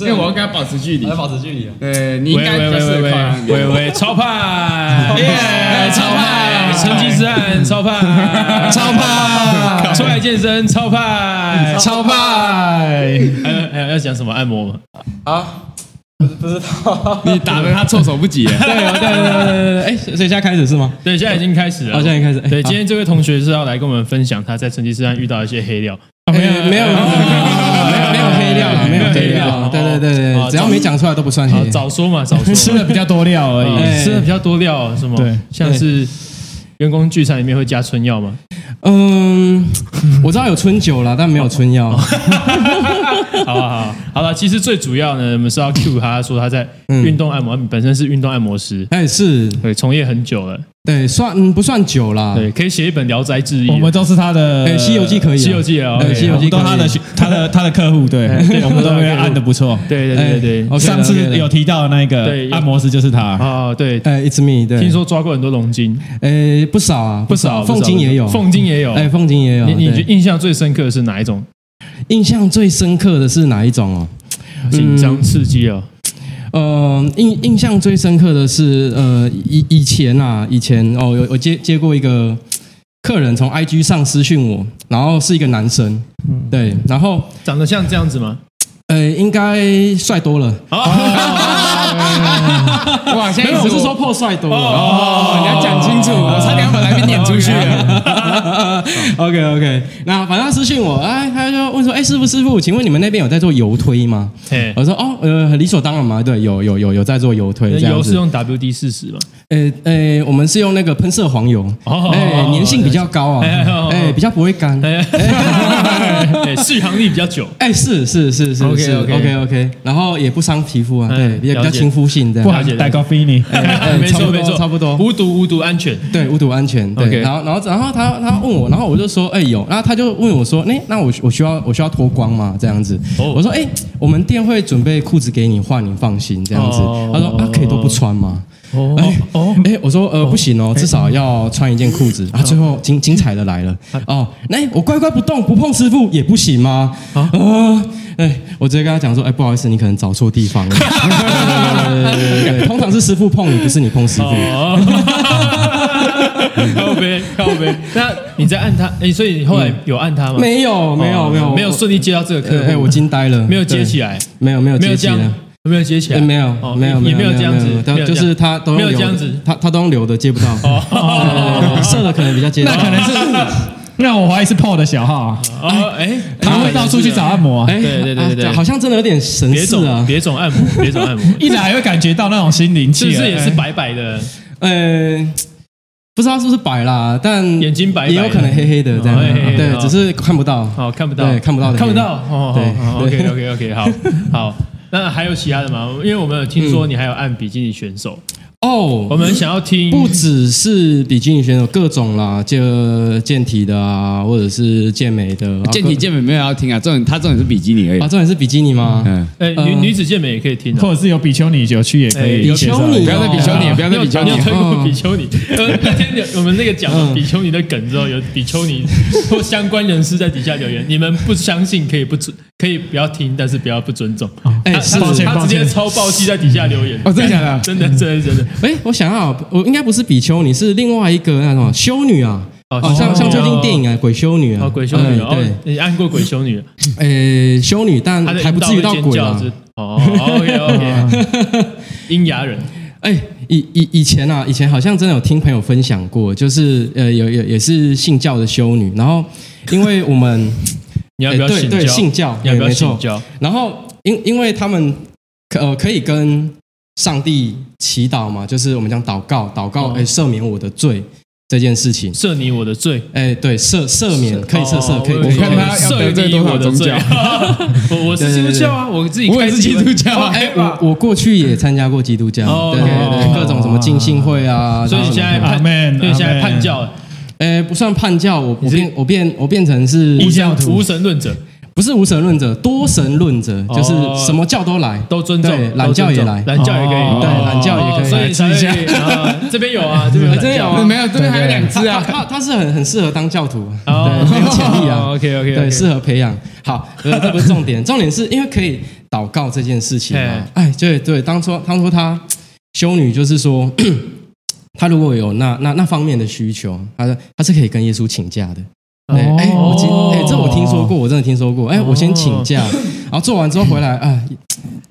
因为我要跟他保持距离我要。保持距离啊。对，呃你应喂该喂比较适喂合喂靠岸边喂喂，超派，耶超派，成吉思汗，超派，超派出来健身，超派， 超派，还有还有要讲什么按摩吗？啊，不是不知道，你打得他措手不及耶。啊对哦对对对对对，哎，所以现在开始是吗？对，现在已经开始了，好，现在开始。哎对，好今天这位同学是要来跟我们分享他在成吉思汗遇到一些黑料，哦哎没有没有没有没有黑料，没有黑料，对对对对，只要没讲出来都不算啊黑，。哦早说嘛，早说，哦吃的比较多料而已。哎吃的比较多料，什么对像是员工聚餐里面会加春药吗？嗯，我知道有春酒啦，但没有春药。好啊好啊好了，其实最主要呢，我们是要 cue 他说他在嗯运动按摩，本身是运动按摩师，哎，是对，从业很久了，对，算嗯不算酒啦？对，可以写一本《聊斋志异啊我》们都是他的呃哎，《西游记》可以啊，西游记》啊，对 OK，西游我记们都他的学他的他的客户， 对对，我们都被按的不错。对对对对对，哎 OK 的上次有提到那个对按摩师就是他，啊对，哎，It's me，对，听说抓过很多龙筋，哎不少啊，不少，凤不金少也有，凤金也有，哎，凤金也有。你你对印象最深刻的是哪一种？印象最深刻的是哪一种哦？紧张刺激哦，嗯呃，印印象最深刻的是，呃，以以前啊，以前哦，有我接接过一个客人从 IG 上私讯我，然后是一个男生，对，然后长得像这样子吗？呃，应该帅多了， 哇，现没在有，也我是我 说破帅多了。哦，你要讲清楚，我差点要把来宾撵出去哦啊了。 OK OK，那反正他私讯我，哎，他就问说，哎，师傅师傅，请问你们那边有在做油推吗？嘿，我说，哦，呃，很理所当然嘛，对，有有有有在做油推，这样油子。是用 WD 四十嘛？呃呃，我们是用那个喷射黄油，哦哎，粘性比较高啊哎哦，哎，比较不会干。 哎，续航力比较久。哎，是是是是 OK，是 OK ，OK OK，然后也不伤皮肤啊，哎对，比较了比较解亲肤性这不样，了好解了解带高菲尼，哎 没差不多错没错，差不多无毒无毒安全。对，无毒安全， OK 对，然后然后然后他他问我，然后我就说，哎有，然后他就问我说，哎，那我我需要我需要脱光吗？这样子，哦我说，哎，我们店会准备裤子给你换，你放心这样子哦。他说，啊，可以都不穿吗？哦哎哦，哎，我说呃不行哦，至少要穿一件裤子啊。最后精精彩的来了哦，那哎我乖乖不动不碰师傅也不行吗？啊，哎，我直接跟他讲说，哎不好意思，你可能找错地方了。对对对对，通常是师傅碰你，不是你碰师傅。哦， 靠背靠背。那你在按他？哎，所以你后来有按他吗？没有没有没有没有顺利接到这个呃客哎，户，我惊呆了，没有接起来，来，没有没有没有接起这来样。，没有接起来，哦哎没有，没有，也没有有这样子，没有就是他都用没有这留的样子。他他都用留的接不到，哦，射的可能比较接得那到，可能是让我怀疑是 PO 的小号啊，哦，哎，他会到处去找按摩啊，哎，哦对对对啊对对好像真的有点神别似种啊。别种按摩，别种 按摩。一来会感觉到那种心灵是不气，是也是哎白白的，呃，不知道是不是白啦，但眼睛白白的也有可能黑黑的这样，哦黑黑的对哦，只是看不到。好看不到，对看不到的看不到。哦，对，OK 对 OK OK，好好。那还有其他的吗？因为我们有嗯听说你还有按比基尼选手，我哦，们想要听不只是比基尼选手，各种啦，就健体的啊，或者是健美的，啊 健体各健美没有要听啊，重点他重点是比基尼而已啊，。重点是比基尼吗？嗯，呃女呃女子健美也可以听啊的。或者是有比丘尼有去也可以哎介绍一比丘尼下，不要再比丘尼，不要你再有比丘哦尼你有。推过嗯比丘尼？呃，那天有我们那个讲了比丘尼的梗之后，有比丘尼 或相关人士在底下留言，你们不相信可以不尊，可以不要听，但是不要不尊重。哎他是他抱歉他直接抱歉超暴气在底下留言。哦真的假的真的真的真的。哎，我想要，我应该不是比丘尼，是另外一个那种修女啊。哦哦，像像最近电影啊，鬼修女啊，哦，鬼修女哎哦，你按过鬼修女，对，呃，修女，但她的还不至于到尖鬼叫啊嗯之。哦，OK OK，阴 阳人哎，以以以前啊，以前好像真的有听朋友分享过，就是呃，有有也是信教的修女，然后因为我们 你要不要哎对信教？对信教你要不要对没错信教？然后因因为他们可呃可以跟上帝祈祷嘛，就是我们讲祷告，祷告哦哎赦免我的罪这件事情，赦你我的罪，哎对赦赦免哦可以赦赦可以，哦可我以我看可以他要得赦罪你多我少的宗罪教。 我我是基督教啊，我自己我也是基督教啊哎，我我过去也参加过基督教，哦对对对，哦各种什么浸信会啊，所以然你后现在阿叛，门所以你现在阿门叛教了，哎不算叛教，我你我是变我变我变成是无神无神论者不是无神论者，多神论者，哦就是什么教都来，都尊重对，，都懒教也尊重来，懒教也可哦以，对懒教也可以哦所以才来会啊这边有啊，这边哎有真有啊懒教哦没有，这边还有两他只 啊。他他是很很适合当教徒，哦对，很有潜力啊。 OK OK，对，适合培养。好，呃，这不是重点，重点是因为可以祷告这件事情嘛哎。哎，对对，当初当初她修女就是说， 她如果有那那那方面的需求，她她是可以跟耶稣请假的。哦对，哎、我今哎、这我听说过，我真的听说过。哎、我先请假，然后做完之后回来，哎，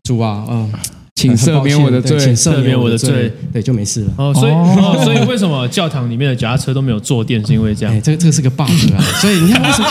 主啊，嗯，请赦免我的对罪请。赦赦免免我我的的罪罪，对，就没事了。哦，所以哦哦，所以为什么教堂里面的脚踏车都没有坐垫，是因为这哎、样。这个这个是个 bug 啊，所以你看为什么？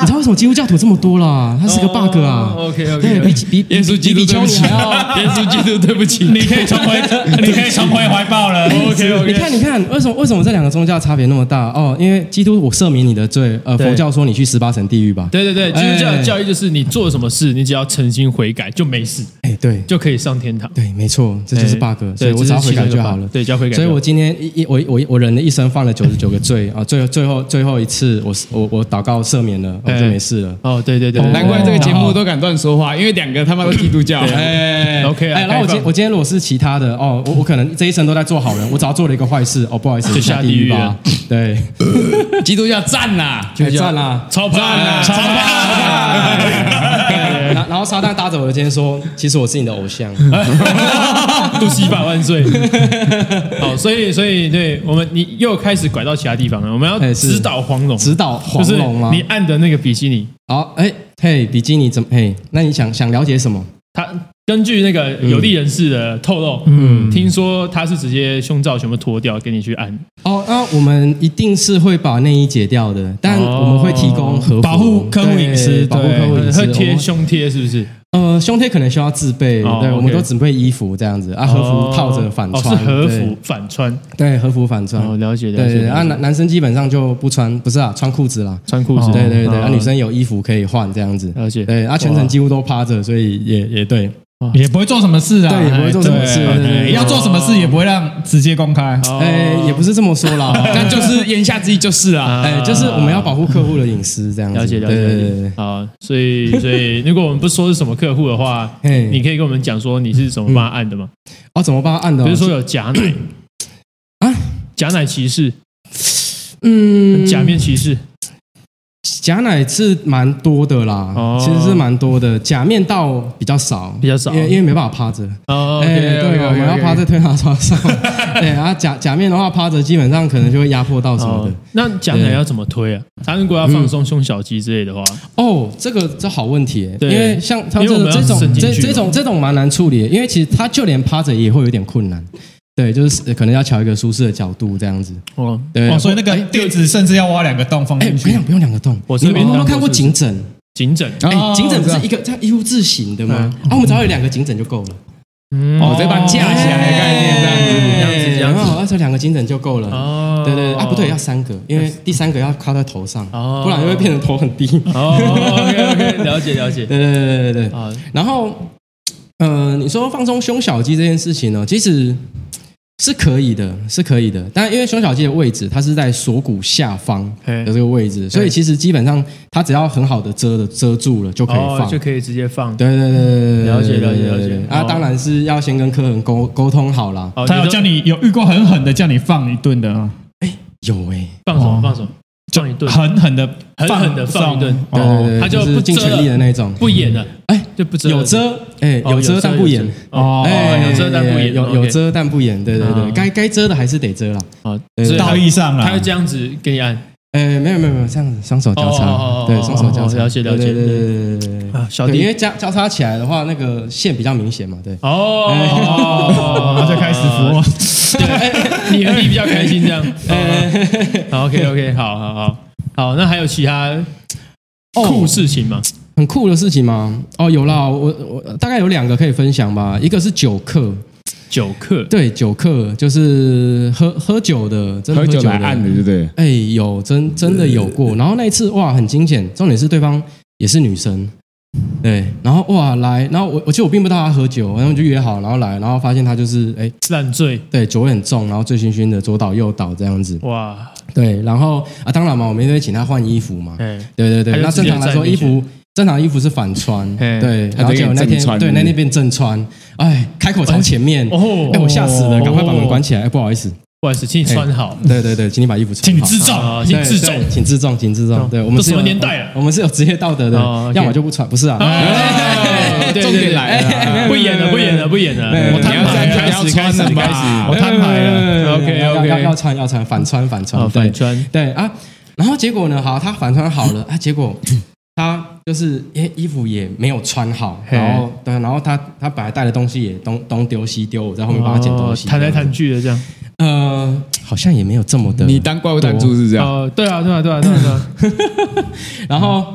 你知道为什么基督教徒这么多啦？它是个 bug 啊。 OK 对 OK，比比比耶稣基督对比丘不尼起，还要耶稣基督对不起，你可以重 回，你可以重回怀抱 了。OK 你看，你看，为什么为什么这两个宗教差别那么大？哦，因为基督我赦免你的罪，呃，对佛教说你去十八层地狱吧。对对对，基督教的哎教育就是你做什么事，你只要诚心悔改就没事，哎，对就可以上天堂。对，没错，这就是哎 bug，所以对我只要这是悔其中改一个就好 bug，了。对，只要悔改就所好。以我今天一一我我我人的一生犯了九十九个罪啊，最后最后最后一次我我我祷告赦免了，我哎就没事了。哦，对对对，对难怪这个节目都敢乱说话，因为两个他妈都基督 教。哎， OK 啊。哎，然后我开今放我今天如果是其他的哦，我我可能这一生都在做好人，我只要做了一个坏事，哦，不好意思，就下地狱吧了。对， 基督教赞啦，哎赞啊啦！超棒啊，超棒！然然后撒旦搭着我的肩说：“其实我是你的偶 像。哎杜西法万岁！好，所以所以对我们，你又开始拐到其他地方了。我们要哎是指导黄龙，”指导黄龙吗就是？你按的那个比基尼，好，哎嘿，比基尼怎么？嘿，那你想想了解什么？他根据那个有利人士的透露，嗯，听说他是直接胸罩全部脱掉给你去按，哦，那我们一定是会把内衣解掉的，但哦我们会提供和服保护客户隐私对保护客户隐私。会贴我们胸贴是不是？呃，胸贴可能需要自备，哦对， OK 我们都只备衣服这样子啊，和服套着反穿，哦，是和对服，反穿。对，和服反穿。哦，了解了对解。对啊，了解男男生基本上就不穿，不是啊，穿裤子啦。穿裤子，对对对，啊，哦女生有衣服可以换这样子。了解。哦对，啊，全程几乎都趴着，所以也也对。也不会做什么事啊，对也不会做什么事哎对对对要做什么事也哦不会让直接公开。哎，也不是这么说 啦，那就是言下之意就是啊，哎，就是我们要保护客户的隐私这样子。了解了解对对了对解。好，所以 所以如果我们不说是什么客户的话，嘿你可以跟我们讲说你是怎么帮他按的吗？哦，怎么帮他按的哦？比如说有假奶嗯啊，假奶歧视、嗯，假面歧视，假奶是蛮多的啦，哦其实是蛮多的，假面倒比较少，比较少因为因为没办法趴着。哦哎 OK，OK，OK，对，我们要趴在推拿床上。对，然后假假面的话，趴着基本上可能就会压迫到什么哦的。，那假奶要怎么推啊？他如果要放松胸小肌之类的话，哦，这个这好问题耶，对因为像他因为我这们要这种伸进这去嘛这种这种蛮难处理的，因为其实他就连趴着也会有点困难。对，就是呃可能要瞧一个舒适的角度这样子。哦，哎对，哦，所以那个垫子甚至要挖两个洞放哎，进不去用。不用两个洞，我这你们边有没有当过看过是不是颈枕？颈枕，哎，颈枕不我是知一个这样 U 字形的吗？啊，我们只要有两个颈枕就够了。嗯哦道我再把它架起来的概念这样子。哎这样子这样子然后这两个金枕就够了。哦对对对啊，不对，要三个，因为第三个要靠在头上，哦不然就会变成头很低。对哦，OK OK，了解了解对对对对对。啊，然后，呃，你说放松胸小肌这件事情呢，其实是可以的，是可以的。但因为胸小肌的位置，它是在锁骨下方嘿的这个位置，所以其实基本上它只要很好的遮的遮住了就可以哦放就。可以直接放，对对对对对，了解了解了解啊，哦当然是要先跟客人沟沟通好啦。哦他有你说叫你有遇过狠狠的叫你放一顿的吗？有哎，放什么哦放什么，放一顿，狠狠的，狠狠地放一顿对哦对对，他就不是尽遮全了力的那种。不演了，哎，就不遮了有遮，哎，哦有遮但不有演，哦哎，有遮但不演有 OK 有遮但不演，对对啊对，该该遮的还是得遮啦。啊，对所以道义上他啦会。这样子给你按哎，没有没有没有，这样子双手交哦哦哦哦叉，对，双手交叉，哦了解了解对对对对对对对对。啊，小对，因弟为交交叉起来的话，那个线比较明显嘛，对。哎哦，然后就开始 服，对，你和你比较开心这样，哎哦好 OK OK，好好好好，那还有其他哦酷事情吗？很酷的事情嘛，哦，有啦，我我我大概有两个可以分享吧，一个是酒客，酒客对，酒客就是喝喝酒的，真的喝酒酒来按的，对不对？哎，有真真的有过，然后那一次哇，很惊险，重点是对方也是女生，对，然后哇来，然后我我记得我并不知道她喝酒，然后我就约好，然后来，然后发现她就是哎，烂醉，对，酒味很重，然后醉醺醺的，左倒右倒这样子，哇，对，然后啊，当然嘛，我们一定会请她换衣服嘛，哎，对对对，她就那直正接常来说站进衣去服。正常衣服是反穿，嘿对，她然后直接结果那正穿天对那天变正穿，哎，开口朝前面，哦哎，我吓死了，赶快把门关起来，哎，不好意 思，不好意思，请你穿好，对对对，请你把衣服穿好，请你自重，啊，哎对请自重对，请自重，请自哦重。对我们都是什么有年代了啊我们是有职业道德的哦，，OK 要么就不穿，不是啊？哎对对重点对，来了哎不演了，不演了，不演了，哎我你摊要牌再了，开始开始开始，我摊牌了要，OK 要 OK，要穿要穿，反穿反穿，哦对反穿对啊。然后结果呢？好，他反穿 好了啊，结果他就是因衣服也没有穿好，嘿然后对，然后他他本来带的东西也东东丢西丢，我在后面帮他捡东西，哦谈来谈去的这样，呃，好像也没有这么的。你当怪物弹珠是这样，哦，对啊对啊对啊对啊对啊，然后，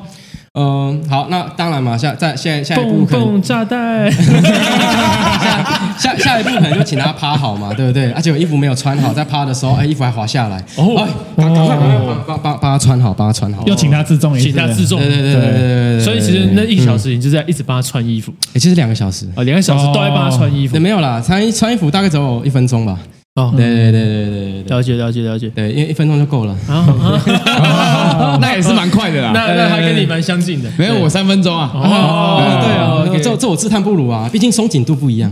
嗯、好，那当然嘛，下在下下一步蹦可能蹦炸弹， 下下下一步可能就请他趴好嘛，对不对？而且我衣服没有穿好，在趴的时候，哎，衣服还滑下来，哦哎，赶赶快赶快帮帮帮帮他穿好，帮他穿好。要请他自重一次，请他自重对，对对对对对对对。所以其实那一个小时你就在一直帮他穿衣服，哎，其实两个小时，啊，两个小时都在帮他穿衣服对，，没有啦，穿衣穿衣服大概只有一分钟吧。哦，对对对对对对对。了解了解了解，对，因为一分钟就够了。啊啊，哦 那也是蛮快的啦。那那他跟你蛮相近的，没有我三分钟啊，哦啊 对啊， OK 这这我自叹不如啊，毕竟松紧度不一样，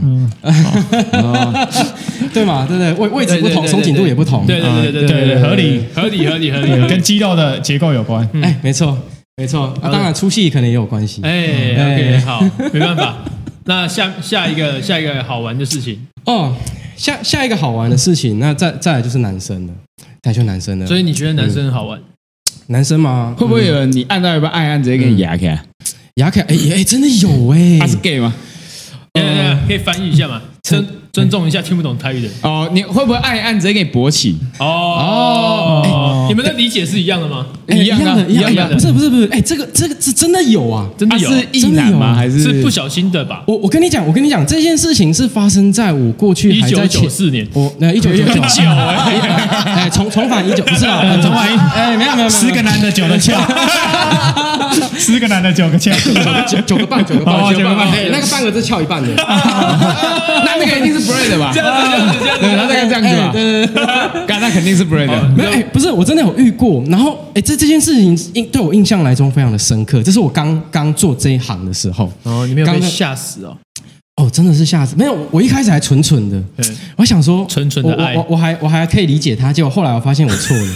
对嘛？对不对？位位置不同，松紧度也不同。对对对对对对，合理，合理合理合对理，跟肌肉的结构有关。哎，没错，没错。啊当然，粗细可能也有关系。哎，OK，好，没办法。那下下一个下一个好玩的事情，哦，下下一个好玩的事情，那再再来就是男生了，再来就男生了。所以你觉得男生好玩？男生嘛， 会不会有人你按到一半按一按直接给你压开？牙凯？哎哎，真的有哎啊他，是 gay 吗？嗯哎哎哎可以翻译一下嘛？尊尊重一下听不懂台语的人哦，你会不会按一按直接给你勃起？哦。你们的理解是一样的吗？哎一样的，一样样的，不是不是不是，哎，这个这个是真的有啊，真的他有？是异男吗？还是不小心的吧？我我跟你讲，我跟你讲，这件事情是发生在我过去一还九在九前四年，我那一九九九久哎哎，重重返一九不是啦， 呃重返一哎，没有没有没有，十个男的九个翘， 十个男的九个翘，九九个半九个哦半九个半哎，那个半个是翘一 半的，那那个一定是 Brad 吧？对，他在这样子哎吧？对对对。干，那肯定是 Brad。没有，哎、不是，我真的有遇过。然后，哎、这这件事情印对我印象来中非常的深刻。这是我刚刚做这一行的时候，哦，你没有被刚刚吓死哦？哦，真的是吓死。没有，我一开始还蠢蠢的，对我想说蠢蠢的我爱我我我还我还可以理解他。结果后来我发现我错 了。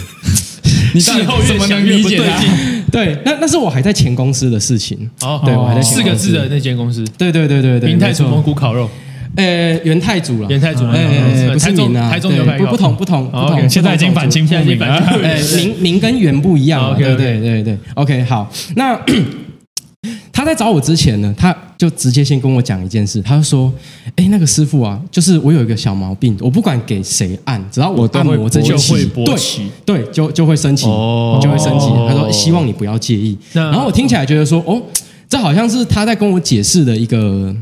你事后怎越么想能越理不解对他？劲。对，那那是我还在前公司的事情。哦，对我还在想四个字的那间公司，对对对对对，明太祖没错蒙古烤肉，呃，元太祖了，元太祖哦哎哎，哎不是台中明啊，台中对牛排不烤不同不同不哦同 OK，，现在已经反清复现在已明经反了。正哎，明明跟元不一样嘛，哦，OK，对 OK 对对对，OK，好，那 他在找我之前呢，他就直接先跟我讲一件事，他就说，哎，那个师傅啊，就是我有一个小毛病，我不管给谁按，只要我我都按会摩这勃件起事就会勃起对对，就就会生气，哦就会生气。他说希望你不要介意，那然后我听起来觉得说，哦，这好像是他在跟我解释的一个。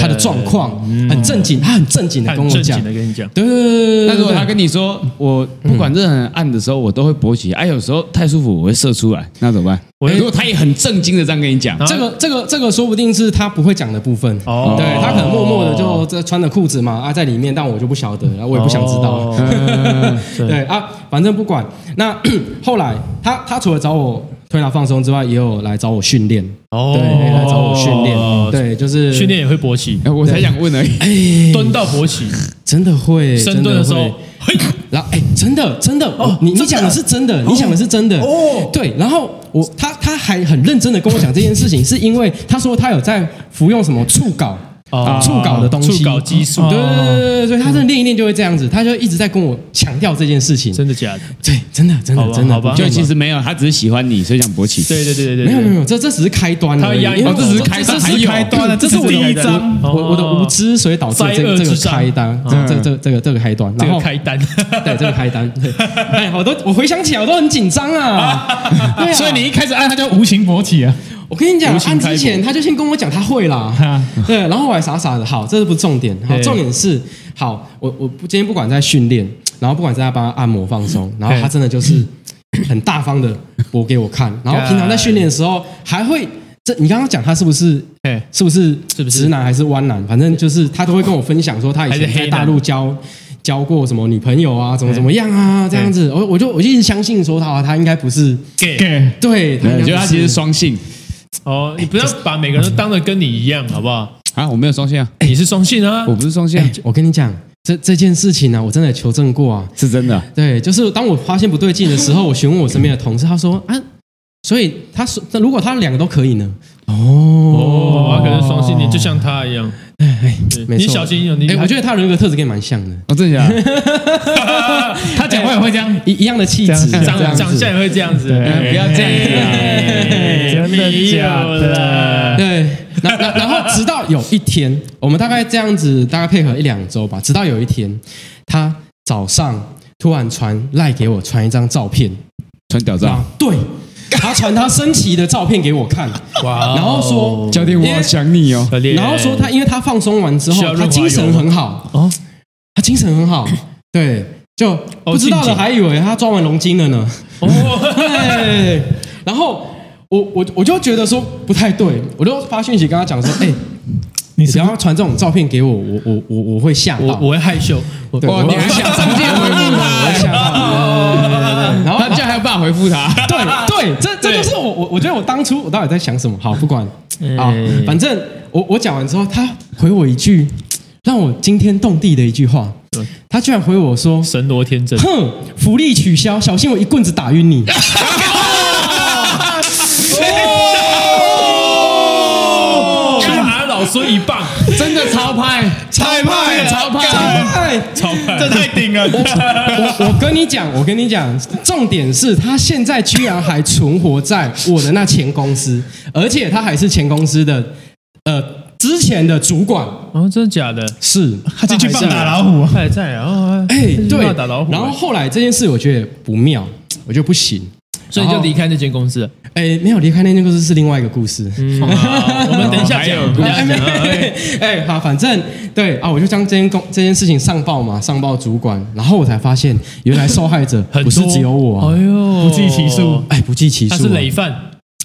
他的状况很正经，他很正经的他跟很我正讲经，的跟你讲，对对对对对对对。那如果他跟你说，我不管任何按的时候，我都会勃起，哎，有时候太舒服，我会射出来，那怎么办？哎我如果他也很正经的这样跟你讲，然后这个这个这个，说不定是他不会讲的部分。哦对他可能默默的就这穿着裤子嘛啊在里面，但我就不晓得，然后我也不想知道。哦呃对啊，反正不管。那后来他他除了找我推拿放松之外，也有来找我训练。哦对，也来找我训练。，对，嗯就是训。练也会勃起，哎我才想问而 已。哎，蹲到勃起，真的会深蹲的时候真会，然后哎，真的真的，哦，你你讲的是真的，你讲的是真的哦。对，然后我他他还很认真的跟我讲这件事情，是因为他说他有在服用什么促睾哦促睾啊的东西，哦促睾激素对对对对对，所以他真的练一练就会这样子，他就一直在跟我强调这件事情。真的假的？对，真的真好的吧真的好吧，不就用其实没有，他只是喜欢你，所以想勃起。对对对对没有没有对，没有，这这只是开端他而已，压抑因为哦这只是我开这端只还是有开端嗯这是我的第一章我我我的无知，所以导致灾这个厄这之个上开端，这这这这个这个开端，这然个后开单， 对，这个开单。 对哎，我都我回想起来，我都很紧张啊。对啊，所以你一开始按他就无情勃起啊，我跟你讲无，形按开之播前他就先跟我讲他会啦啊，对，然后我还傻傻的。好，这是不是重点？好，对重点是，好，我我不今天不管在训练，然后不管在帮他按摩放松，然后他真的就是 很大方的播给我看，然后平常在训练的时候还会。这你刚刚讲他是不是哎，是不是是不是直男还是弯男？反正就是他都会跟我分享说他以还是前黑在男大陆交交过什么女朋友啊，怎么怎么样啊，这样子。我我就我就一直相信说他他应该不是， gay 给对，他应该对，不觉得他其实是双性哦，你不要把每个人都当的跟你一样，好不好？啊，我没有双性啊，你是双性啊我，不是双性啊哎，我跟你讲，这这件事情呢、啊我真的求证过啊。是真的啊。对，就是当我发现不对劲的时候，我询问我身边的同事，他说啊，所以他说，那如果他两个都可以呢？哦，他可能是双性恋，就像他一样。对哎没你错小心有你，哎，我觉得他人格特质跟你蛮像的，哦，真的假的？他讲话也会这样，一一样的气质，这样哎这样子长长相也会这样子，哎对不要这样子啊！真的假的？对，然然然后直到有一天，我们大概这样子，大概配合一两周吧，直到有一天，他早上突然传赖给我传一张照片，传屌照啊，，对。他传他升旗的照片给我看，哇哦然后说教练，我好想你哦。然后 说他，因为他放松完之后需要，润他滑精神油吗很好哦，他精神很 好，对，就不知道静的静还以为他装完龙筋了呢。哦对，然后我我我就觉得说不太对，我就发讯息跟他 讲说，哎、你你是不不要传这种照片给我，我我我我会吓到，我我会害羞，我对我你还想张建回复他，我会吓 到，对对对对对对然后他居然还有办法回复他，对对，这这就是我我我觉得我当初我到底在想什么？好，不管啊，反正我我讲完之后，他回我一句让我惊天动地的一句话，他居然回我说神罗天真：“，哼，福利取消，小心我一棍子打晕你。”去打哦老孙一棒，真的超派，太派超派，哎，超快，这太顶了！我我跟你讲，我跟你讲，重点是他现在居然还存活在我的那前公司，而且他还是前公司的呃之前的主管，哦，真的假的？是 他进去棒打老虎，他还在啊，哎对打老虎，然后后来这件事我觉得不妙，我觉得不行， 所以就离开那间公司。哎，没有离开那间公司是另外一个故事。嗯，好我们等一下讲，等 一哎下没讲 哎，哎，好，反正对啊，我就将这件公这件事情上报嘛，上报主管，然后我才发现原来受害者 很不多是只有我啊、哎呦，不计其数，哎，不计其数、他是哦累，犯，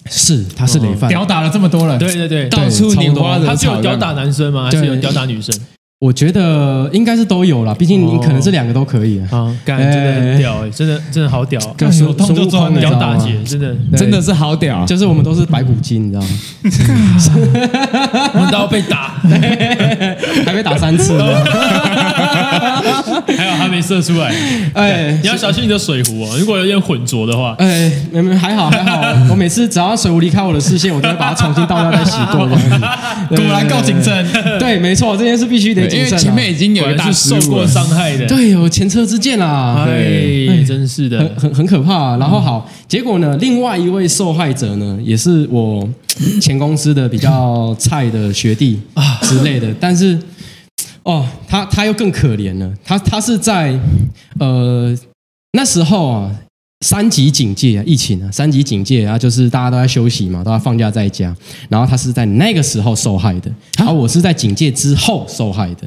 是他是累犯，屌打了这么多人，对对对，到处拈花惹他是草有这吊样，打男生吗？还是对有吊打女生？我觉得应该是都有啦，毕哦竟你可能是两个都可以啊。 啊，干真的很屌哎，真的真的好屌，干有痛就钻你知吊道吗啊打姐真的，对真的是好屌，就是我们都是白骨精，你知道吗？我刀被 打，还被打三次 呢，还有他没射出来，哎你要小心你的水壶哦，如果有点混浊的 话，哎，没没还好还好，我每次只要水壶离开我的视线，我都会把它重新倒掉再洗过。这样子果然够谨。慎。对对，没错，这件事必须得对因为谨慎啊。前面已经有果一然大是失啊受误过了，伤害 的，对有前车之鉴啦，哎，真是的 很，很很可怕、啊。然后好，结果呢，另外一位受害者呢，也是我前公司的比较菜的学弟啊之类的，但是哦，他他又更可怜了，他他是在呃那时候啊。三级警戒啊，疫情啊，三级警戒啊，就是大家都在休息嘛，都在放假在家。然后他是在那个时候受害的，然后我是在警戒之后受害的，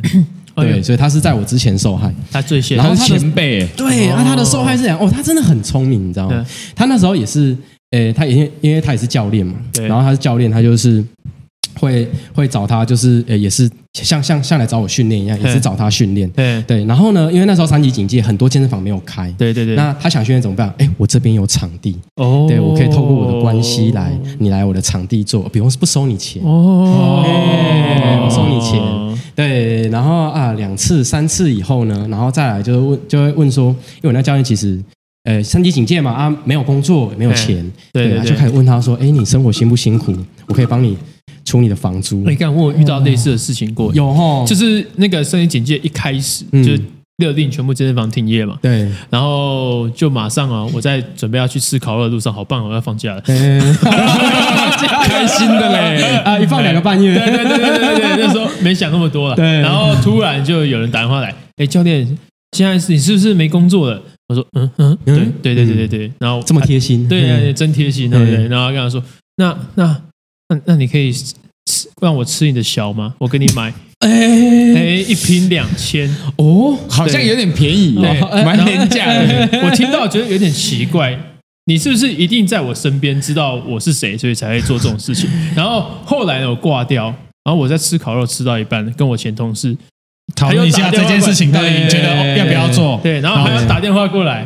哎呦对，所以他是在我之前受害。他最先然，后他他是的前辈，对，啊，他的受害是讲，哦，他真的很聪明，你知道吗对？他那时候也是，呃，他也因为他也是教练嘛，对然后他是教练，他就是会会找他，就是呃，也是像像像来找我训练一样，也是嗯找他训练。对对，然后呢，因为那时候三级警戒，很多健身房没有开，对对对，那他想训练怎么办？哎，我这边有场地，哦对我可以透过我的关系来，你来我的场地做，比方说不收你钱，哦哎，我收你钱，对，然后啊，两次、三次以后呢，然后再来就是问，就会问说，因为我那教练其实，呃，三级警戒嘛，啊，没有工作，没有钱，对对啊对就开始问他说，哎，你生活辛不辛苦？我可以帮你出你的房 租，哎你看，我有遇到类似的事情过，有哦，就是是那个森林警戒一开始、嗯就勒令全部健身房停业嘛，对，然后就马上啊，我在准备要去吃烤肉的路上，好棒哦，我要放假了。呃开心的嘞，啊，一放两个半月，对对对对对对，那时候没想那么多了。对然后突然就有人打电话来，哎，教练，现在是你是不是没工作了？我说，嗯嗯，嗯对对对对对对。然后这么贴心，对对嗯对，真贴心，对不对？对然后他跟他说，那那那那你可以吃让我吃你的小吗？我给你买，哎，一瓶两千。哦，好像有点便宜，对哦呃对哦 蛮廉价的。 我听到觉得有点奇怪，你是不是一定在我身边知道我是谁，所以才会做这种事情？然后后来呢，我挂掉，然后我在吃烤肉吃到一半，跟我前同事讨论一下这件事情到底你觉得哦要不要做？嗯对，然后还要打电话过来，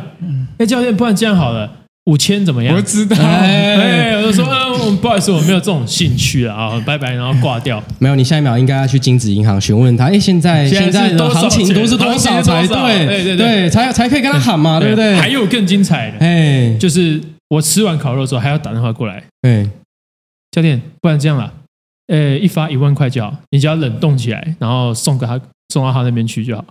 哎，教练，不然这样好了，五千怎么样我？知道，哎，我就说，嗯，我不好意思，我没有这种兴趣了啊，拜拜，然后挂掉。啊没有，你下一秒应该要去金子银行询问他，哎，现在现在是在的多少行情钱都是多行情少是才多少对对对对才才可以跟他喊嘛，对不对？还有更精彩的，哎，就是我吃完烤肉之后还要打电话过来，哎，教练，不然这样啦，呃，一发一万块就好，你只要冷冻起来，然后送给他，送到他那边去就好。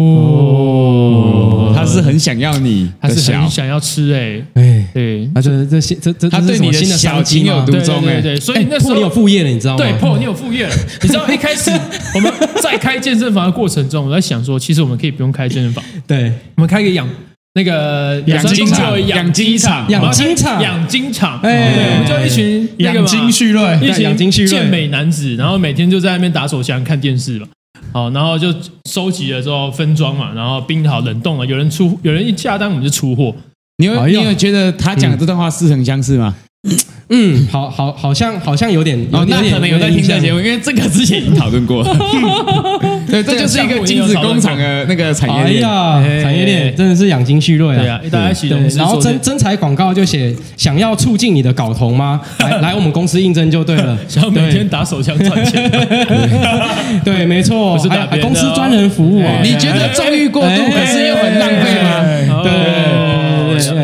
哦，他是很想要你他的是小很，想要吃哎、哎，对啊，这这些这这他这是对什么你的新的小商机情有吗独对钟对哎，对，所以那时破候你有副业了，你知道吗？对破你有副业了。你知道一开始我们在开健身房的过程中，我在想说，其实我们可以不用开健身房，对，我们开个养那个养鸡场养鸡场、养鸡场养鸡场。哎对，我们就一群那个养嘛精蓄锐，一对养群精蓄锐健美男子，然后每天就在那边打手枪、看电视嘛。好，然后就收集了之后分装嘛，然后冰好冷冻了，有人出，有人一下单我们就出货。你有哎你呦有觉得他讲的这段话似曾相识吗？嗯，好好好像好像有点哦，那嗯有点可能有在听这节目，因为这个之前已经讨论过。对，这就是一个精子工厂的那个产哎业链。呀，哎产业链真的是养精蓄锐对啊，大家一起对融，资然后做这征征才广告就写想要促进你的睾酮吗？来来我们公司应征就对了。想要每天打手枪赚钱。 对，对，没错，不是打还还别的哦公司专人服务啊。哎你觉得纵欲过哎哎度，可是又很浪费吗？哦对对对对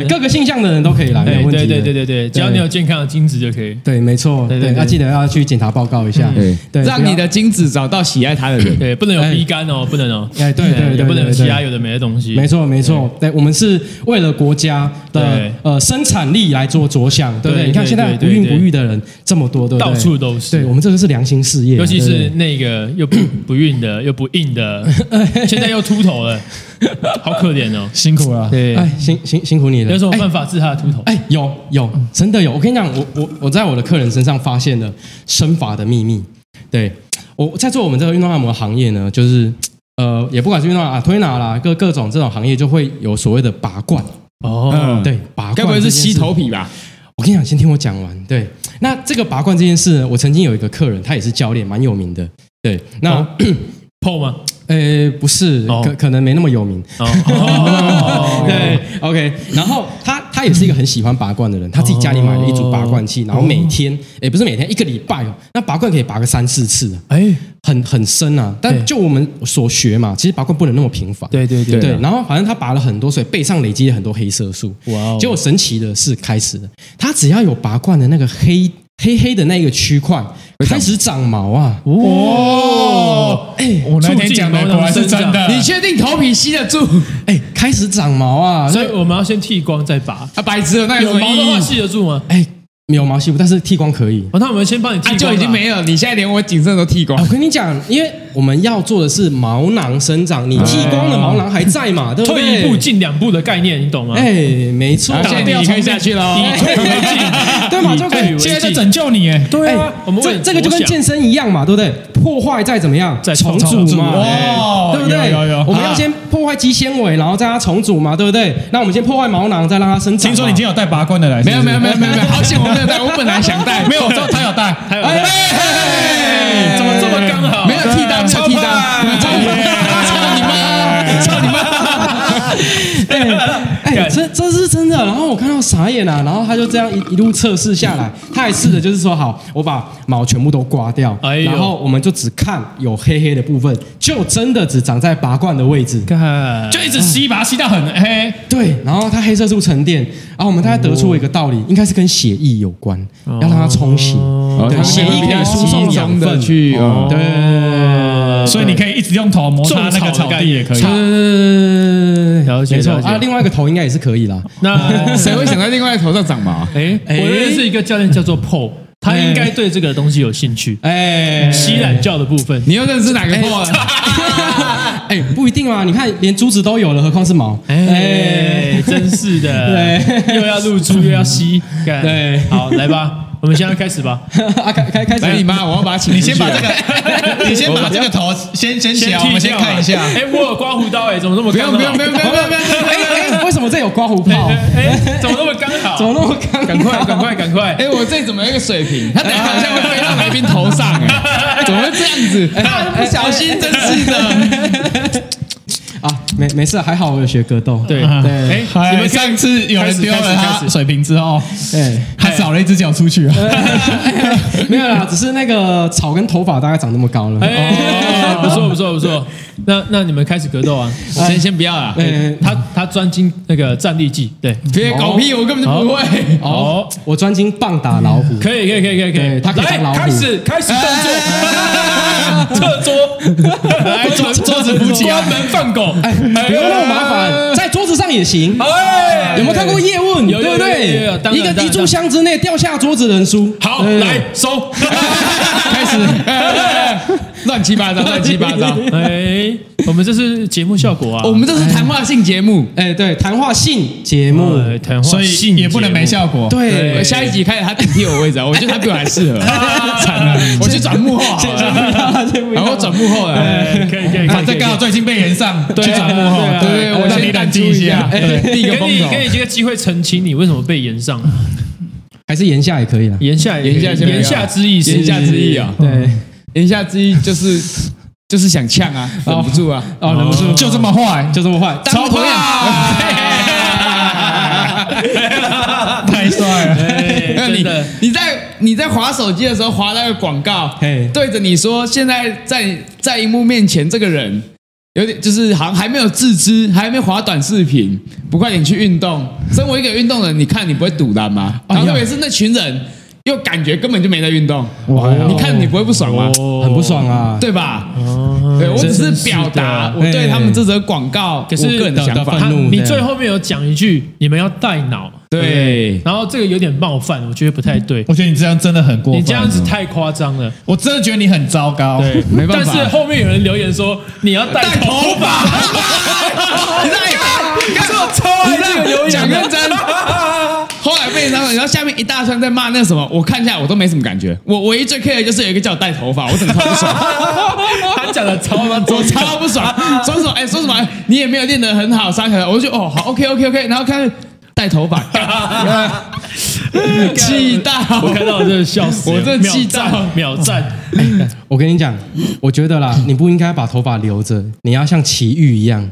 对，各个性向的人都可以来，没有对问题哦哎对的。对对对对，只要你有健康的精子就可以。对，没错，对对对，对要记得要去检查报告一下。对，让不要你的精子找到喜爱他的人。对，不能有逼肝哦，不能哦。哎对对对也不能有对对其他有的没的东西。没错，没错，对，我们是为了国家的对呃生产力来做着想，对不对对？你看对现在对不对孕不对育的人这么多，对不对？到处都是对，我们这个是良心事业啊，尤其对不对是那个 又不不孕的，又不硬 的，现在又秃头了，好可怜哦。辛苦了。对，哎，辛辛辛苦你了有。什么办法治他的秃头？哎，有有，真的有。我跟你讲，我我我在我的客人身上发现了身法的秘密。对我在做我们这个运动按摩行业呢，就是呃，也不管是运动啊、推拿啦，各各种这种行业，就会有所谓的拔罐。哦，嗯，对，拔罐该不会是这件吸事头皮吧？我跟你讲，先听我讲完。对，那这个拔罐这件事呢，我曾经有一个客人，他也是教练，蛮有名的。对，那、哦破吗？呃不是，哦可可能没那么有名。哦哦，对，OK。然后他他也是一个很喜欢拔罐的人，他自己家里买了一组拔罐器，然后每哦天，也不是每天，一个礼拜哦，那拔罐可以拔个三四次啊，哎，很很深啊。对但就我们所学嘛，其实拔罐不能那么频繁。对对对对，然后反正他拔了很多，所以背上累积了很多黑色素。哇哦结果神奇的是开始了，他只要有拔罐的那个黑黑黑的那个区块开始长毛啊！哦，哎我那天讲的果然是真的。你确定头皮吸得住？哎，开始长毛啊！所以我们要先剃光再拔。啊，白痴了，那有什有么毛的意话义？系得住吗？哎，没有毛细部，但是剃光可以。哦，那我们先帮你剃啊，光吧就已经没有，你现在连我谨慎都剃光啊我。跟你讲，因为我们要做的是毛囊生长，你剃光了毛囊还在嘛，对不退对？一步，进两步的概念，你懂吗？哎，没错，好打现在掉你重可以下去了。以退为进，对嘛就以跟退为哎现在进在。拯救你哎，对哎啊，我们为这你这个就着跟想健身一样嘛，对不对？破坏再怎么样，再重重组组嘛，哦啊对不对？有有有我们要啊先破坏肌纤维，然后再让它重组嘛，对不对？那我们先破坏毛囊，再让它生长嘛。听说你今天有带拔罐的来？没有没有没有没有没有，好 险我没有带，我本来想带，没有，我 知道他有带，还有哎哎怎么这么刚好？没有替嗯代，没有替代，操你妈！操你 妈！操你妈！哎哎，这这是真的。然后我看到傻眼啊，然后他就这样一一路测试下来，他还试着就是说，好，我把毛全部都刮掉，哎呦然后我们就只看有黑黑的部分，就真的只长在拔罐的位置。干就一直吸，把它吸到很黑。对，然后它黑色素沉淀，然后我们大概得出一个道理，应该是跟血液有关，要让它冲洗，对，血液可以输送养分去。哦对，所以你可以一直用头摩擦那个草地也可以对。对对对了对，解没错了解啊。另外一个头应该也是可 以啦。那谁会想在另外头上长毛？哎，哎我认识一个教练叫做 Paul，他应该对这个东西有兴趣。哎，西懒教的部分，你又认识哪个啊破了？ 哎，不一定啊，你看连珠子都有了，何况是毛？哎，真是的，对又要露出又要吸，干对好，来吧，我们现在开始吧， 啊，开开开来你始，妈！我要把他请你出去啊先把这了个，你先把这个头先先起来，我剃们先掉看一下吧。哎，我有刮胡刀，哎，怎么那么啊不用刚不用好不？用不用不用不哎用！哎，为什么这有刮胡泡？哎，怎么那么刚好？怎 么那么刚？赶快赶快赶快！哎，我这怎么有一个水平？他等一下好像会飞到来宾头上哎，怎么会这样 子？不小心，真是的。 啊？没没事，还好我有学格斗。对 对，哎，你们上次有人丢了他水瓶之后，哎， 他少了一只脚出去啊。没有啦，只是那个草跟头发大概长那么高了。哦哎哎，不错不错不错。那那你们开始格斗啊！先先不要啦，哎他他专精那个战力技，对，别搞屁，我根本就不会。哦，我专精棒打老虎，可以可以可以可以可以，对他可以当老来虎开始开始动作，侧桌，来桌桌子扶起，关门放狗，哎，不用那么麻烦，在桌子上也行。哎有没有看过叶问？有有对不有有有有当对？一然个当然一炷香之内掉下桌子的人输。好，对来收，开始，乱七八糟，乱七八糟。哎，我们这是节目效果啊，我们这是谈话性节目，哎，对，谈话性节目，哎谈话所以性也不能没节目效果。对对，下一集开始他顶替我位置啊，我觉得他比我还适合， 惨了，我去转幕后好了，然后我转幕后了。哎，可以可以，反正刚好好最近被延上，对啊去转幕后对啊，对，哎我让先你冷淡静出一一下下。，哎第一个给风你头，给你这个机会澄清你为什么被延上，还是言下也可以啦。言下言下先不要言下之意是，言下之意啊对，言下之意就是就是想呛啊，忍不住啊，哦，忍不住，就这么坏，就这么坏，超同太帅了。 那哎你真的。你在你在划手机的时候划到一个广告嘿，对着你说，现在在在荧幕面前这个人有点就是好像还没有自知，还没划短视频，不快点去运动。身为一个运动人，你看你不会堵的吗？然后特别是那群人，又感觉根本就没在运动，你看你不会不爽吗？很不爽啊。对吧？对我只嗯是表达我真是的对啊哎他们这则广告可我是个人的 想的法愤。他怒你这样最后面有讲一句，你们要带脑，对，然后这个有点冒犯，我觉得不太对。我觉得你这样真的很过分，你这样子，太夸张了，我真的觉得你很糟糕。对，没办法但是后面有人留言说你要带头发，哎你在看，我超爱这个留言，啊讲认真。 后来被他们，然后下面一大串在骂那什么，我看一下我都没什么感觉。我唯一最 care 的就是有一个叫我戴头发，我整个超不 爽，他讲的超他我超不爽，说什么哎说什么哎你也没有练得很好，沙可，我就觉得哦好 OK OK OK，然后看戴头 发，干气到我看到我真的笑死了，我真的气秒到赞秒赞，我跟你讲，我觉得啦，你不应该把头发留着，你要像奇遇一样，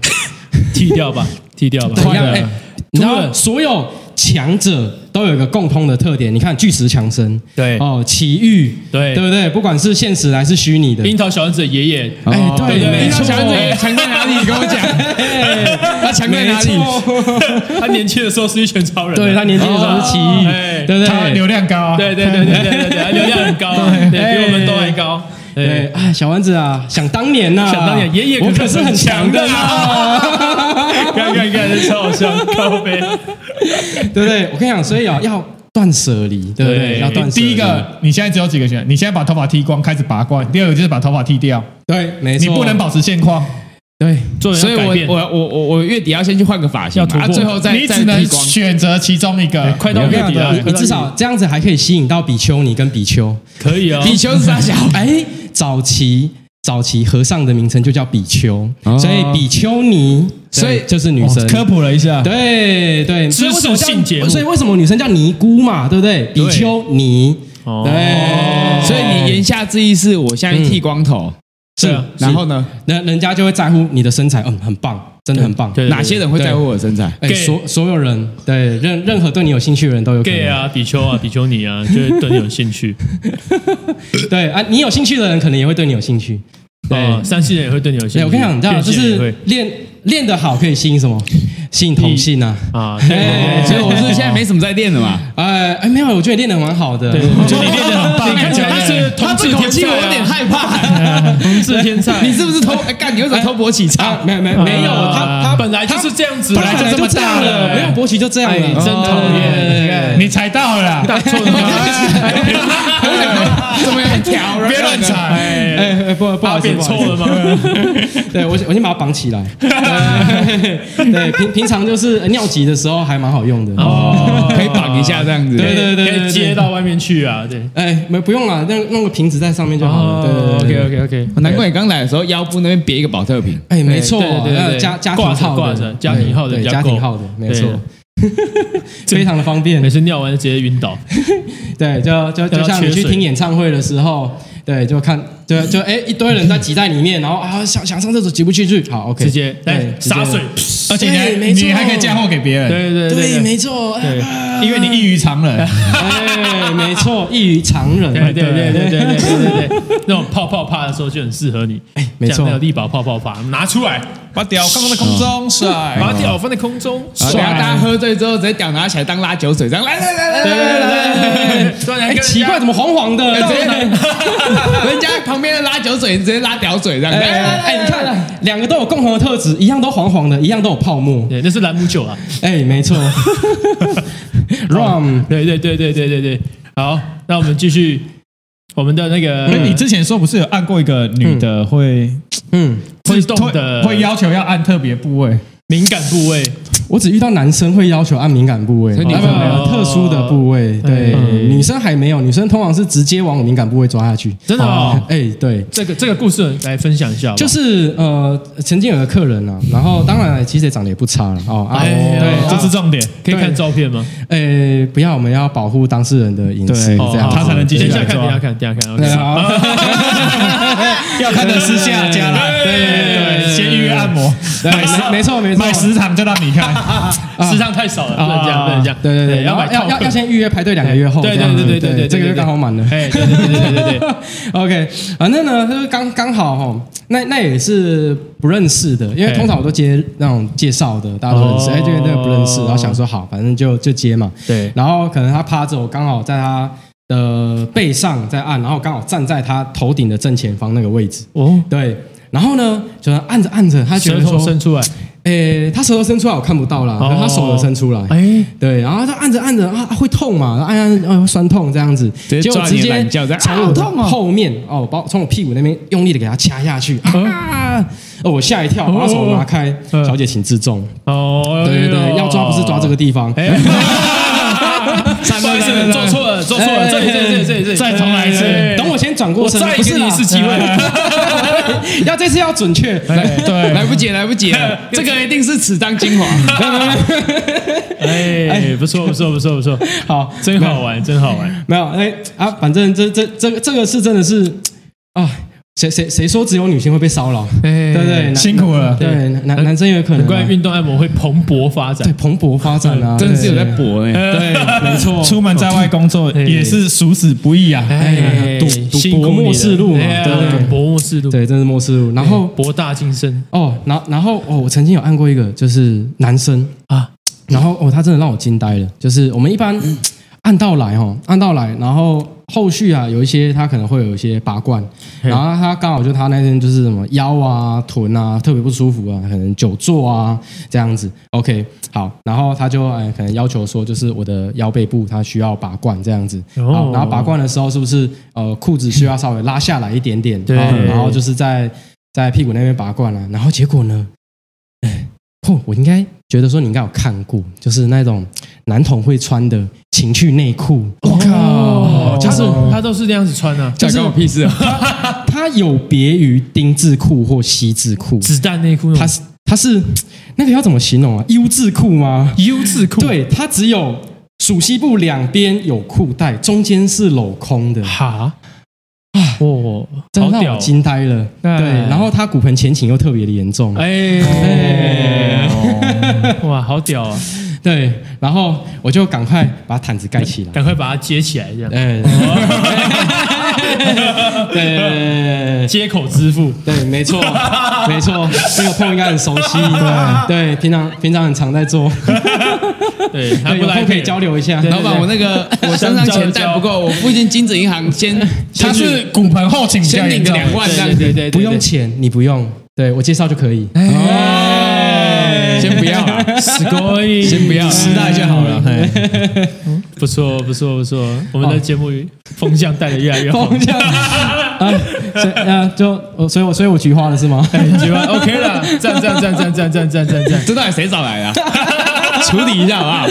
剃掉吧，剃掉吧，怎样？哎对啊，你知突道然所有强者都有一个共通的特点，你看巨石强森，对哦，奇遇，对对不对？不管是现实还是虚拟的，樱桃小丸子的爷爷，哎哦对对不没对你错要强在强在哪里？你跟我讲，他强在哪里？他年轻的时候是一拳超人，对他年轻的时候是哦奇遇，哎对不他对？流量高啊，对对对对对对对，他流量很高啊，对比我们都还高，对，对，哎，小丸子啊，想当年呐，想当年爷爷我可是很强强的啊，看看看，这超好笑，高飞，对不对？我跟你讲，所以啊，要断舍离，对不对对？要断舍离第一，个，你现在只有几个选项，你现在把头发剃光，开始拔罐；第二个就是把头发剃掉，对，没错，你不能保持现况，对，做人所以要改变我我我我我月底要先去换个发型要嘛，突破啊最后再你再只能剃光选择其中一个。快到月底了，啊你至少这样子还可以吸引到比丘尼跟比丘。可以啊，比丘是大小，哎，早期早期和尚的名称就叫比丘，哦所以比丘尼，所以对就是女生。科普了一下，对对，知所以识为什么叫性节目所以为什么女生叫尼姑嘛，对不对？比丘尼，哦对，所以你言下之意是我现在嗯剃光头，对啊然后呢，那人家就会在乎你的身材，嗯，很棒，真的很棒。对哪些人会在乎我的身材？哎， gay 所所有人，对任任何对你有兴趣的人都有可能 gay 啊，比丘啊，比丘尼啊，就会对你有兴趣。对啊，你有兴趣的人可能也会对你有兴趣。哦，三性人也会对你有对，兴趣。我跟你讲，你知道，变就性人也是会练练得好可以吸引什么？吸引同性啊！啊，哎 对，所以我是现在没什么在练的嘛。 哎哎，没有，我觉得你练得蛮好的。我 觉得你练得很棒，你看起来他是同他志这口天气才我有点啊，害怕，同志天才。你是不是偷？哎干，你为什么偷勃起啊，操？没有没有没有，他他本来就是这样 子，本来就这么大了，没有哎勃起就这样了，真讨厌，你踩到了啦，大错了吗，啊怎么有点调？别乱踩。哎哎，哎，哎 不不好大意思，扁不好错意了思，吗？对我我先把它绑起来。 对对，平平常就是呃尿急的时候还蛮好用的。哦可以绑一下这样子。对对对对可以接到外面去啊，对。哎，没不用了，弄弄个瓶子在上面就好了。哦对对对对 OK OK，难怪你刚来的时候腰部那边别一个保特瓶。哎，没错，对对对对呃对家家挂庭着号的挂着家庭号的对比较家够庭号的，没对错， 非常的方便每。次尿完就直接晕倒，对，就就要就像你缺去水听演唱会的时候，对，就看，对，就哎一堆人在挤在里面，然后啊想想上厕所挤不进去，好，OK，直接对来直接洒水，而且你还对没错你还可以嫁祸给别人，对对对，没错，对哎因为你异于常人。哎，没错，异于常人。 对对对对对对对对对，那种泡泡趴的时候就很适合你。哎没错有力宝泡泡趴，拿出来，把屌放在空哦中甩，哎把屌放在空中，然后等下大家喝醉之后，直接屌拿起来当拉酒水，这样来来来来来来来来来，哎，奇怪，怎么黄黄哎的？哎直接人家旁边的拉酒水，你直接拉屌嘴这样。哎来来来哎，哎你看，两个都有共同的特质，一样都黄黄的，一样都有泡沫。对，那是兰姆酒啊。哎，没 错 ，rum 对对对对对对对，好，那我们继续我们的那个哎那你之前说不是有按过一个女的会嗯，自动的会要求要按特别部位？敏感部位，我只遇到男生会要求按敏感部位，所以你没有没哦有特殊的部位，对，嗯女生还没有，女生通常是直接往敏感部位抓下去。真的哦。哎，对，这个这个故事来分享一下吧，就是呃，曾经有个客人啊，然后当然其实也长得也不差了哦啊，哎呀对，这就是重点，可以看照片吗？诶，不要，我们要保护当事人的隐私，对这样哦子他才能继续等一下来看，等一下看，抓等一下看。对 OK 啊，要看的私下加啦。对对对对对先预约按摩，对没没错没错买十场就让你看。时长太少了，不能这样，啊不能这样。对啊对对，然要后买要套要客要先预约排队两个月后，对这对样子对对对对，这个对月刚好满了。哎，对对对对对对对， OK，反正呢，就是刚刚好哈、那那也是不认识的，因为哎通常我都接那种介绍的，大家都认识，哦哎、这个那个不认识，然后想说好，反正就就接嘛。对然后可能他趴着，我刚好在他的背上在按，然后刚好站在他头顶的正前方那个位置，哦，对。然后呢，就是按着按着，他觉舌得头说，伸出来，诶，他舌头伸出来我看不到啦，可是他手有伸出来，哎，对，然后他按着按着啊会痛嘛，按按按会酸痛这样子，接结果抓直你的接懒觉这样从啊我的好痛哦后面哦，把我从我屁股那边用力的给他掐下去啊！哦，我吓一跳，把手拿开，嗯小姐请自重。哦，对对对，要抓不是抓这个地方，哎，不好意思，做错了，做错了，这里这里这里这里，再重来一次等我先转我过身，再不给是你一啦次机会。要这次要准确。对对，来不及了，来不及了，这个一定是此当精华。哎，不错不错不错不错，好，真好玩，真好玩。没有哎啊，反正这这这个这个是真的是啊，谁谁谁说只有女性会被骚扰？哎对不对，男辛苦了。对男男生也有可能啊，难怪运动按摩会蓬勃发对展。蓬勃发展啊，真的是有在对搏哎，对，没错， 出门在外工作也是殊死不易啊。哎，赌赌辛苦博你了末世路嘛哎呀对不对赌博末世路，对，真是末世路。然后博大精深哦，然然后哦，我曾经有按过一个就是男生，啊，然后哦，他真的让我惊呆了。就是我们一般按到来哦，按到来，然后后续啊有一些他可能会有一些拔罐，然后他刚好就他那天就是什么腰啊、臀啊特别不舒服啊，可能久坐啊这样子。OK，好，然后他就哎可能要求说，就是我的腰背部他需要拔罐这样子。哦好，然后拔罐的时候是不是呃裤子需要稍微拉下来一点点？对好然后就是在在屁股那边拔罐了、然后结果呢？哦，我应该觉得说你应该有看过，就是那种男童会穿的情趣内裤。我、靠，哦就他是都他都是这样子穿啊，这就是关我屁事啊！它有别于丁字裤或西字裤，子弹内裤那它种是它是那个要怎么形容啊？U 字裤吗？ U 字裤，，对，它只有属西部两边有裤带，中间是镂空的，哈，哦，真好的让屌我，惊呆了。哎对，然后它骨盆前倾又特别的严重。哎，哇，好屌啊！对，然后我就赶快把毯子盖起来。赶快把它接起来，这样哎，哦 对接口支付，对，没错，没错，这个碰应该很熟 悉，对对，平常平常很常在做，对，还对，不有来空可以交流一下。对老板，我那个我身上钱带不够，我附近金子银行先他是骨盆后倾比较先领严个重，两万这样对对子，对，对不用钱，你不用，对我介绍就可以。 哎先不要啦， s c o y 先不要啦，时代就好了。嘿不错不错不错，我们的节目风向带的越来越好风，向哦啊，所以啊，就我，所以我，所以我菊花了是吗？喜欢哎 OK 了，赞赞赞赞赞赞赞赞赞这到底谁找来的啊？处理一下好不好？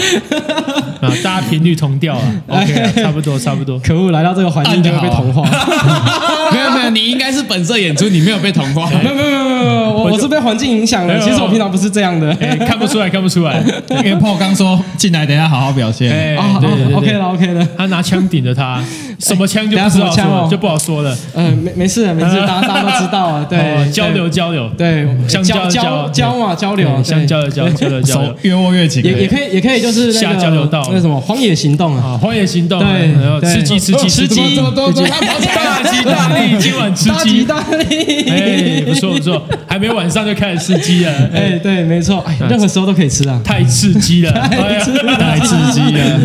啊！大家频率同调啊，OK，啊差不多差不多。可恶，来到这个环境就会被同化。 没有没有，你应该是本色演出，你没有被同化。没有没有没有没有，我我是被环境影响没了。有其实我平常不是这样的。哎，看不出来，看不出来。因为 Paul 刚说进来，等一下好好表现。哎，啊对对对，OK 对，了 OK 了，他拿枪顶着 他，什么枪就不等知道下什么说枪了，哦就不好说了。嗯，没没事没事，大家大家都知道 啊，哦对，交流交流，对，相交交交交交嘛，交流，对相对交流交流交流交手流。越握越紧，也也可以，也可以就是那个下交流道嗯那什么《荒野行动》啊，啊，荒野行动，对然后吃鸡吃鸡吃鸡怎么怎么怎么他跑起来大吉大 利，今晚吃大吉鸡，大利。哎，不错不错，还没晚上就开始吃鸡了，哎，哎，对，没错，哎，任何时候都可以吃啊。太刺激了，哎呀太刺激了。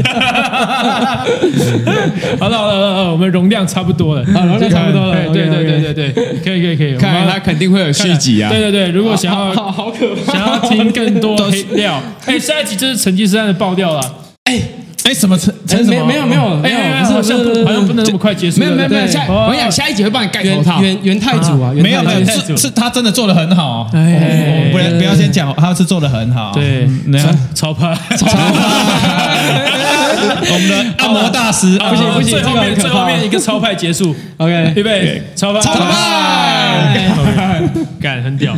好了好了好了好了，我们容量差不多了，啊容量差不多了哎 OK，对对 OK 对对对，可以可以可以，看来我们他肯定会有续集啊对。对对，如果想要好好可怕！想要听更多黑料， 哎，下一集就是成吉思汗的爆料了。哎，什么陈陈什没么？没有没有没哎，有，好不是像不是不好像不能那么快结束。没有没有没有，下哦我跟你讲，下一集会帮你盖头套元。元元太祖啊，元没有没太有，祖是是他真的做的很好，啊我哎们不然不要先讲，他是做的很好。对嗯那样哎超怕，我们的按摩大师，啊不行不行最后这个很面可怕最后面一个超派结束， OK，预备超派超派 干很屌。